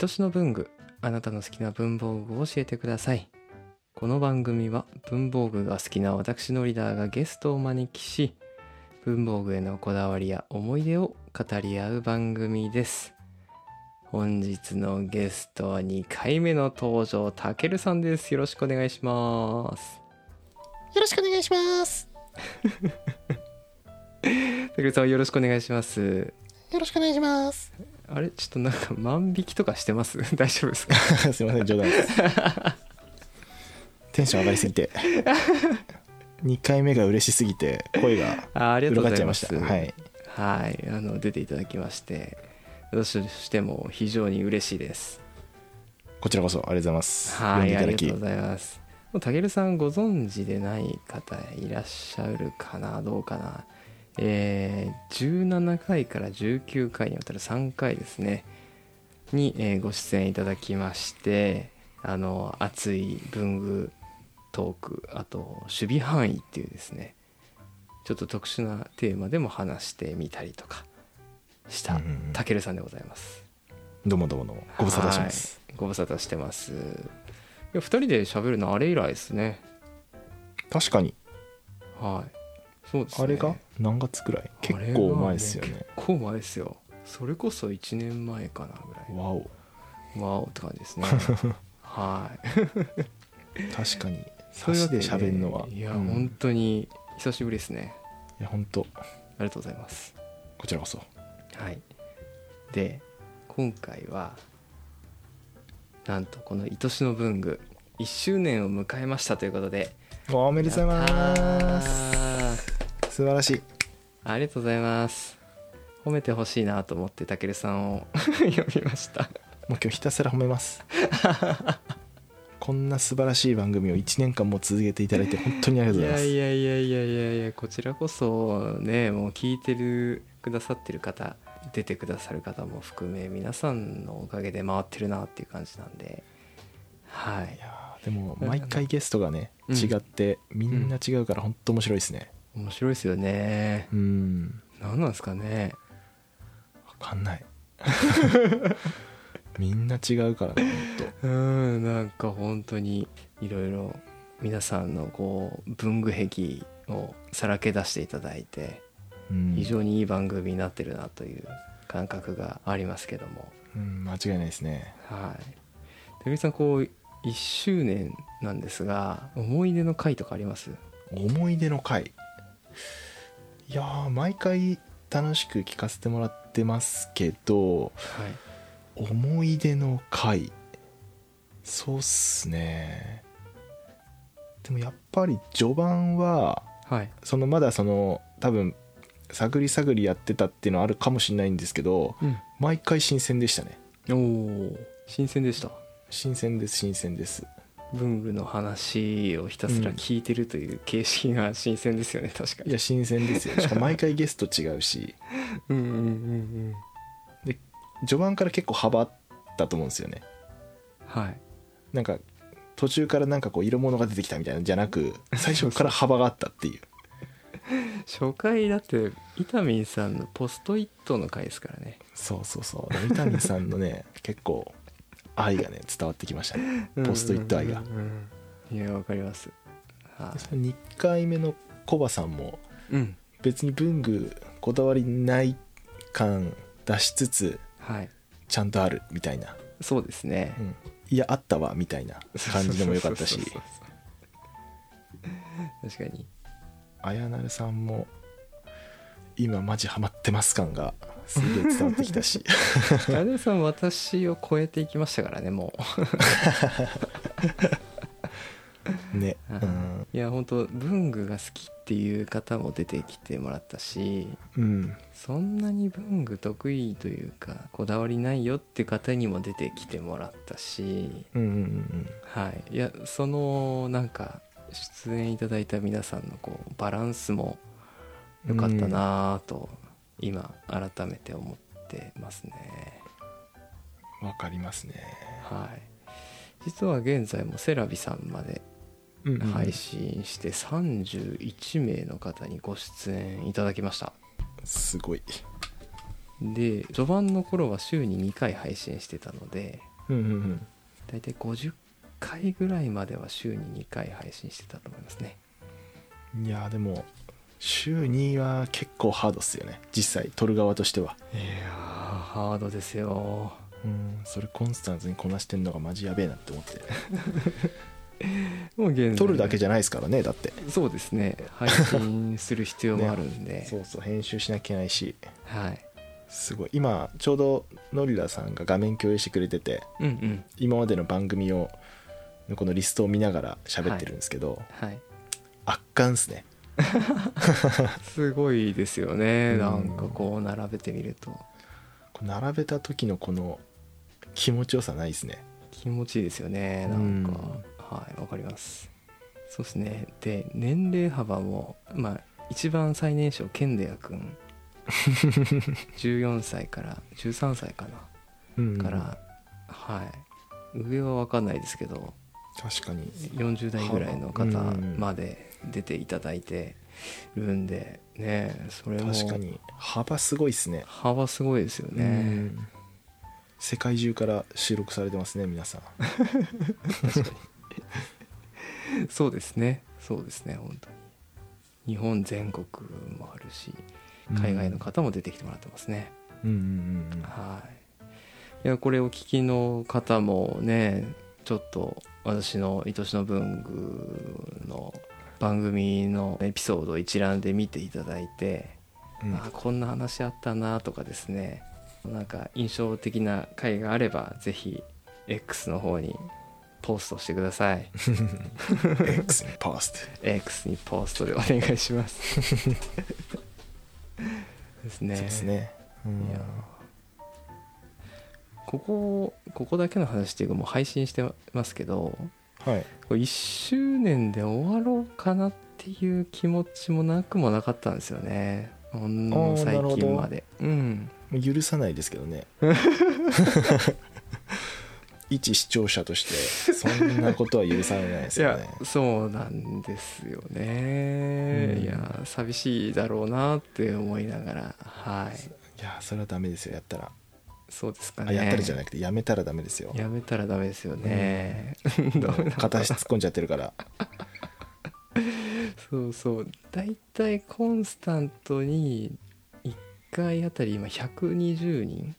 愛しの文具あなたの好きな文房具を教えてくださいこの番組は文房具が好きな私のリーダーがゲストをお招きし文房具へのこだわりや思い出を語り合う番組です本日のゲストは2回目の登場たけるさんですよろしくお願いしますよろしくお願いします。たけるさんよろしくお願いしますよろしくお願いします。あれちょっとなんか万引きとかしてます 大丈夫ですか すいません、冗談です。 テンション上がりすぎて。2回目が嬉しすぎて、声があありがと広うがごっざいちゃいまましすた。はい。はい、あの出ていただきまして、私としても非常に嬉しいです。こちらこそ、ありがとうございます。はんでい、いあただりがきとう。ございます。もうたけるさんご存知でない方いらっしゃるかな、どうかな。えー、17回から19回にわたる3回ですねに、えーご出演いただきましてあの熱い文具トークあと守備範囲っていうですねちょっと特殊なテーマでも話してみたりとかしたうんうんうんたけるさんでございますどうもどうもどうも。ご無沙汰します。はいご無沙汰してますいや2人で喋るのあれ以来ですね確かに、はいそうですねあれが何月くらい結構前ですよあれねが。結構前ですよそれこそ1年前かなぐらいわお。わおって感じです ねはい確かに、差しで喋るのは。いや、うん本当に久しぶりですねいや、本当ありがとうございますこちらこそ。はいで今回はなんとこの「愛しの文具」1周年を迎えましたということでおめでとうございます。す素晴らしい。ありがとうございます。褒めてほしいなと思ってたけるさんを 読みました。もう今日ひたすら褒めますこんな素晴らしい番組を1年間も続けていただいて本当にありがというやございますいやいやいやいやいやこちらこそねもう聞いてるくださってる方出てくださる方も含め皆さんのおかげで回ってるなっていう感じなんではいいやーでも毎回ゲストがねうん違ってみんな違うから本当面白いですね面白いですよねう。ん何なんですかね。分かん ないみんな違うからね本うんなんか本当にいろいろ皆さんのこう文具癖をさらけ出していただいて。当うん非常にいい番組になってるなという感覚がありますけどもうん間違いないですねはい照井さんこう1周年なんですが思い出の回とかあります思い出の回いやー毎回楽しく聞かせてもらってますけどはい思い出の回そうっすねでもやっぱり序盤ははいそのまだその多分探り探りやってたっていうのはあるかもしれないんですけど毎回新鮮でしたねおお新鮮でした新鮮です新鮮です文具の話をひたすら聞いてるという形式が新鮮ですよね確かいにや新鮮ですよしかも毎回ゲスト違うしうんうんうんうん序盤から結構幅あったと思うんですよねはいなんか途中からなんかこう色物が出てきたみたいなのじゃなく最初から幅があったっていう初回だって伊丹さんのポストイットの回ですからねそうそうそう三谷さんの ね結構愛がね伝わってきましたねポストイット愛がうんうんうんいやわかりますはその2回目のコバさんもいうん別に文具こだわりない感出しつつはいちゃんとあるみたいな、そうですねうん、いやあったわみたいな感じでもよかった しそうそうそうそう確かに綾成さんも今マジハマってます感がすげえ伝わってきた しあれさん私を超えていきましたからねもねううん、いや本当文具が好きっていう方も出てきてもらったしうん、そんなに文具得意というかこだわりないよっていう方にも出てきてもらったしうんうんうんはいいやそのなんか出演いただいた皆さんのこうバランスも良かったなぁと今改めて思ってますね、うんわかりますね、はい、実は現在もセラビさんまでうんうん配信して31名の方にご出演いただきました、すごいで序盤の頃は週に2回配信してたのでうんうんうん大体50回ぐらいまでは週に2回配信してたと思いますねいやーでも週2は結構ハードっすよね実際撮る側としてはいやーハードですようんそれコンスタントにこなしてんのがマジやべえなって思 ってもう現在撮るだけじゃないですからねだってそうですね配信する必要もあるんで、 そうそう編集しなきゃいけないしはいすごい今ちょうどノリラさんが画面共有してくれててうんうん今までの番組をこのリストを見ながら喋ってるんですけど、はい圧巻っすねすごいですよね、うんなんかこう並べてみるとこう並べた時のこの気持ちよさないですね気持ちいいですよねなんか、うんはいわかりますそうですねで年齢幅もまあ一番最年少ケンデヤく ん14歳から13歳かうんなから、はい上は分かんないですけど確かに40代ぐらいの方うんまで出ていただいてるんでねそれも確かに幅すごいっすね幅すごいですよね、うん世界中から収録されてますね皆さんそうですねそうですね本当に日本全国もあるし 海外の方も出てきてもらってますね、うんうんうんうんはいいやこれをお聞きの方もねちょっと私の「愛しの文具」の番組のエピソードを一覧で見ていただいて、うんあこんな話あったなとかですねなんか印象的な回があればぜひ X の方にポストしてくださ い X にパース X にポストでお願いします ですトねそうですねうんいやここここだけの話っていうかもう配信してますけどはいこれ1周年で終わろうかなっていう気持ちもなくもなかったんですよねほんの最あーなる近ほどまでうんもう許さないですけど ね一視聴者としてそんなことは許されないですよ ねそうなんですよね、うんいや寂しいだろうなって思いながらはいいやそれはダメですよやったら、そうですかあねやったらじゃないなくてやめたらダメですよやめたらダメですよね、ダメだ片足突っ込んじゃって るからそうそう大体コンスタントに1回あたり今120人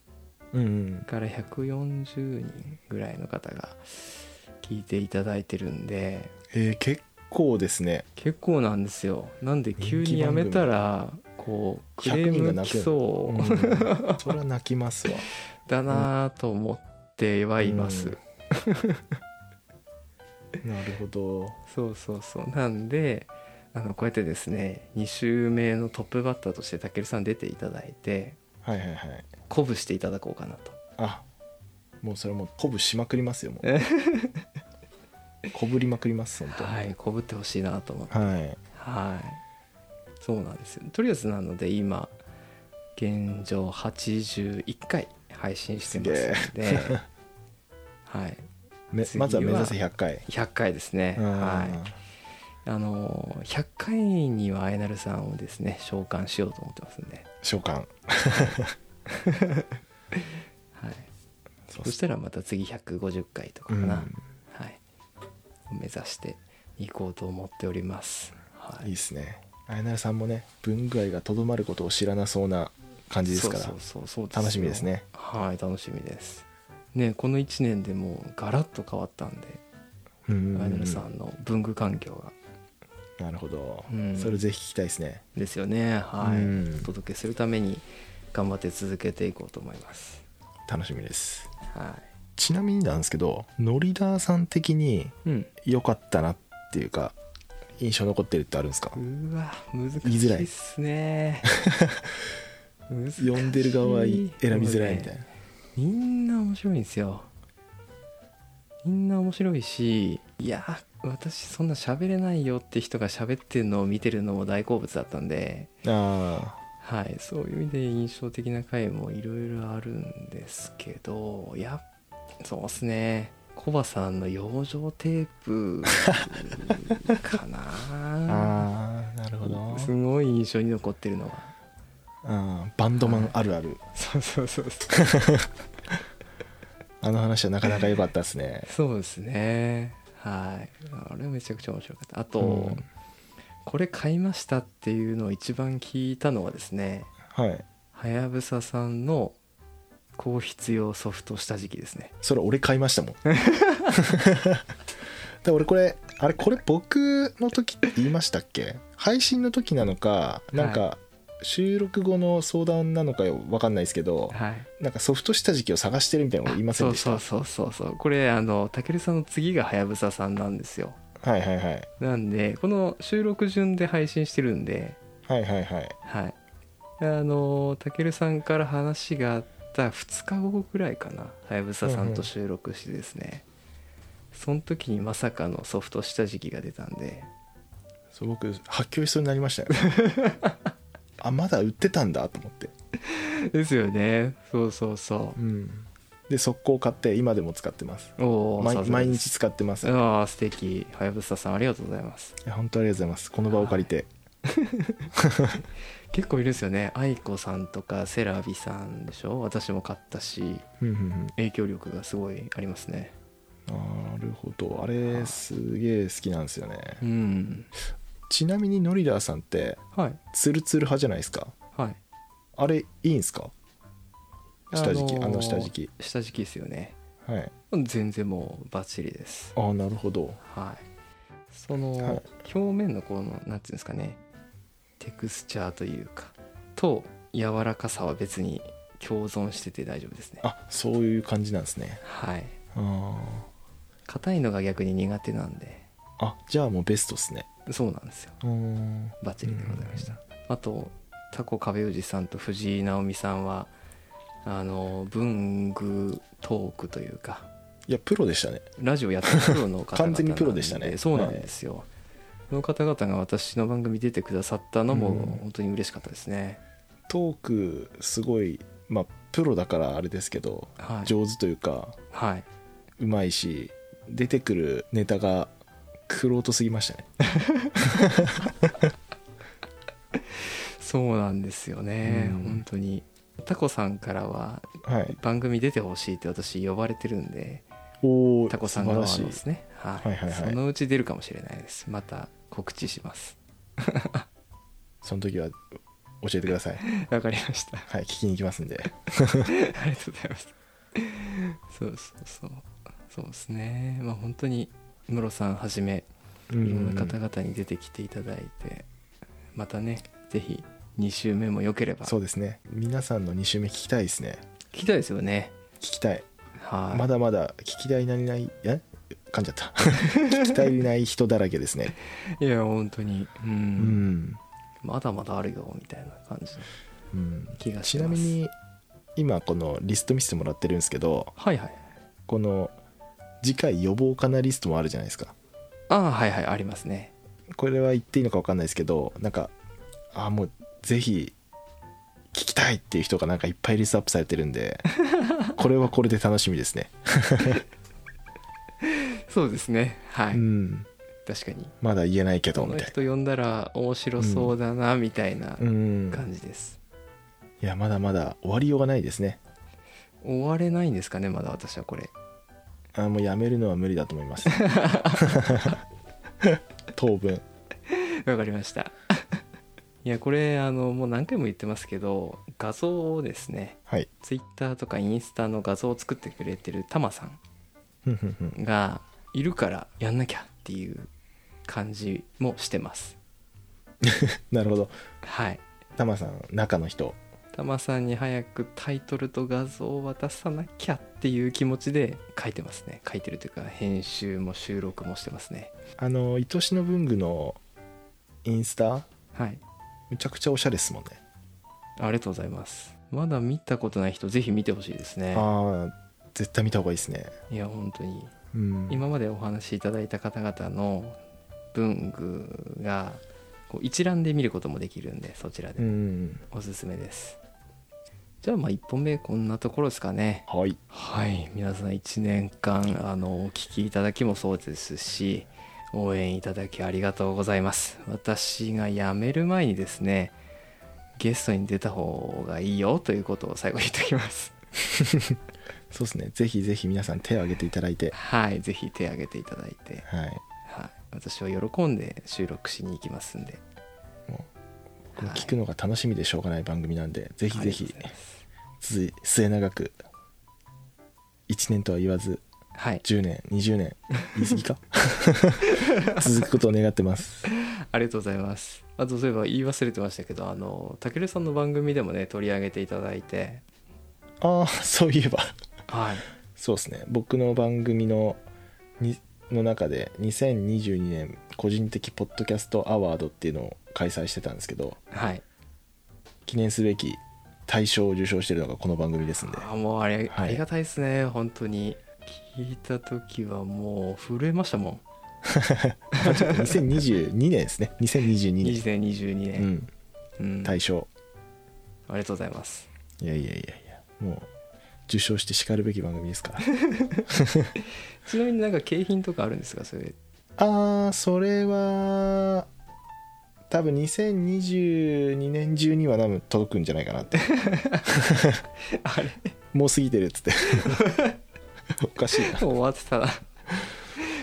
うんうんから140人ぐらいの方が聞いていただいてるんでえー結構ですね結構なんですよなんで急にやめたらこうクレ100人ーがム泣来くうそんうそれは泣きますわだなぁと思ってはいます、うんなるほどそうそうそうなんであのこうやってですね2週目のトップバッターとしてたけるさん出ていただいてはいはいはい鼓舞していただこうかなとあもうそれもう鼓舞しまくりますよもう こぶりまくります本当はい鼓舞ってほしいなと思ってはいはいそうなんですよとりあえずなので今現状81回配信してますので はいめ次はまずは目指せ100回100回ですねうんはいあのー100回にはあやなるさんをですね召喚しようと思ってますんで、召喚はい、そそしたらまた次150回とかかな、はい、目指していこうと思っております、はいいですねあやなるさんもね文具愛がとどまることを知らなそうな感じですからそうそうそうそう楽しみですねはい楽しみですねこの1年でもうガラッと変わったんでうんうんうんアイドルさんの文具環境がなるほど、うんそれぜひ聞きたいですねですよねはい、うんお届けするために頑張って続けていこうと思います楽しみですはちなみになんですけどノリダーさん的にい、うん、良かったなっていうか印象残ってるってあるんですかうわ難し言いづらいいっすね 難しい読んでる側は選びづらいみたいもなうねみんな面白いんですよみんな面白いしいや私そんな喋れないよって人が喋ってるのを見てるのも大好物だったんであはい、そういう意味で印象的な回もいろいろあるんですけどやっそうですねコバさんの養生テー プかーなあーなるほどすごい印象に残ってるのはうんバンドマンあるある、そうそうそうそうあの話はなかなか良かったですねそうですねはいあれめちゃくちゃ面白かったあと、うんこれ買いましたっていうのを一番聞いたのはですねはいはやぶささんの高必要ソフト下敷きですねそれ俺買いまし たもんで俺これあれこれ僕の時って言いましたっけ配信の時なのかなんか収録後の相談なのか分かんないですけどはいなんかソフト下敷きを探してるみたいなこと言いませんでしたそうそうそうそうそうこれあのたけるさんの次がはやぶささんなんですよはいはいはいなんでこの収録順で配信してるんではいはいはいはいあのたけるさんから話があった2日後くらいかなはやぶささんと収録してですね、その時にまさかのソフト下敷きが出たんでそう僕発狂しそうになりましたよ あまだ売ってたんだと思って、 ですよねそうそうそうん、で速攻買って今でも使ってますうおお毎毎日使ってますいああ素敵はやぶささんありがとうございますや本当ありがとうございますこの場を借りて結構いるんですよね愛子さんとかセラビさんでしょ私も買ったしうんうんうん影響力がすごいありますねなるほどあれすげえ好きなんですよねうんちなみにノリダーさんってはいツルツル派じゃないですかはいあれいいんすか下敷きあの下敷き下敷きですよねきはい全然もうバッチリですああなるほどはいその、はい表面のこのなんていうんですかねテクスチャーというかと柔らかさは別に共存してて大丈夫ですねあそういう感じなんですねはいあ硬いのが逆に苦手なんでああじゃあもうベストっすねそうなんですようんバッチリでございました、あとタコ壁おじさんと藤井直美さんはあの文具トークというかいやプロでしたねラジオやってるプロの方々完全にプロでしたなんねそうなんですよ、その方々が私の番組出てくださったのうんも本当に嬉しかったですね、トークすごいまあプロだからあれですけど、はい上手というかはいうまいし出てくるネタがクロートすぎましたねそうなんですよね、うん本当にタコさんからははい番組出てほしいって私呼ばれてるんでおおタコさん側のですねはい、はいはいはいそのうち出るかもしれないですまた告知し ますその時は教えてくださいわかりました。はい聞きに行きますんでありがとうございました。そうそうそう。そうですね。まあ本当にムロさんはじめういろんな方々に出てきていただいて、またねぜひ2週目も良ければそ聞うですね皆さんの2週目聞きたいですねきたいですよね。聞きたいはい。まだまだ聞きたいなりないえ噛んじゃった 聞きたいない人だらけですねいや本当に、うんうん、まだまだあるよみたいな感じのうん、気がしちてなまみす。に今このリスト見せてもらってるんですけどはいはい。この次回予防かなリストもあるじゃないですかああはいはいありますね。これは言っていいのか分かんないですけどなんかあもうぜひ聞きたいっていう人がなんかいっぱいリストアップされてる んでこれはこれで楽しみですねそうですね。はい。うん確かに。まだ言えないけどこみのたい人呼んだら面白そうだなみたいななうん感じです。いやまだまだ終わりようがないですね終われないんですかねまだ私はこれ あもうやめるのは無理だと思います当分わかりました いやこれあのもう何回も言ってますけど画像をですねはい ツイッターとかインスタの画像を作ってくれてるタマさふんふんふんんがいるからやんなきゃっていう感じもしてますなるほどはいタマさん中の人タマさんに早くタイトルと画像を渡さなきゃっていう気持ちで書いてますね書いてるというか編集も収録もしてますねあの愛しの文具のインスタはいむちゃくちゃおしゃれですもんねありがとうございますまだ見たことない人ぜひ見てほしいですねああ絶対見た方がいいですねいや本当にうん今までお話しいただいた方々の文具がこう一覧で見ることもできるんでそちらうでんおすすめです、じゃあまあ1本目こんなところですかねはいはい皆さん1年間あのお聞きいただきもそうですし応援いただきありがとうございます私が辞める前にですねゲストに出た方がいいよということを最後に言っておきます。そうですねぜひぜひ皆さん手を挙げていただいてはい、ぜひ手挙げていただいて、ははいい、私は喜んで収録しに行きますんで。僕も聞くのが楽しみでしょうがない番組なんで、ぜひぜありひがとうございますつい末永く1年とは言わずはい、 10年20年言い過ぎ か 続くことを願ってますありがとうございます。あとそういえば言い忘れてましたけど、あのたけるさんの番組でもね取り上げていただいて、ああそういえばはい、そうですね僕の番組のにの中で2022年個人的ポッドキャストアワードっていうのを開催してたんですけどはい、記念すべき大賞を受賞してるのがこの番組ですんであーもうあれ、はあいりがたいですね本当に聞いた時はもう震えましたもん。 2022年ですね2022 2022年う年、うんんあ大賞りがとうございます。いやいやいやいやもう受賞してしかるべき番組ですからちなみになんか景品とかあるんですかそれ。あーそれは多分2022年中には多分届くんじゃないかなって あれもう過ぎてるっつって おかしいな終わってたら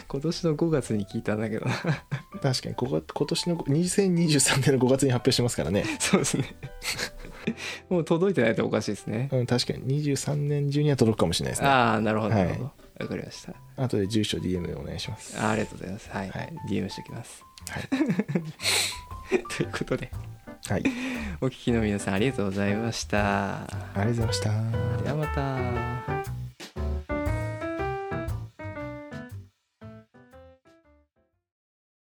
今年の5月に聞いたんだけどな 確かにここ今年の2023年の5月に発表してますからね、そうですねもう届いてないとおかしいですねうん、確かに23年中には届くかもしれないですねあああなるほどはないるほど、わかりましたとで住所 DM お願いしますあーありがとうございますはい、はい DM しておきますはい ということではいお聞きの皆さんありがとうございましたありがとうございましたではまた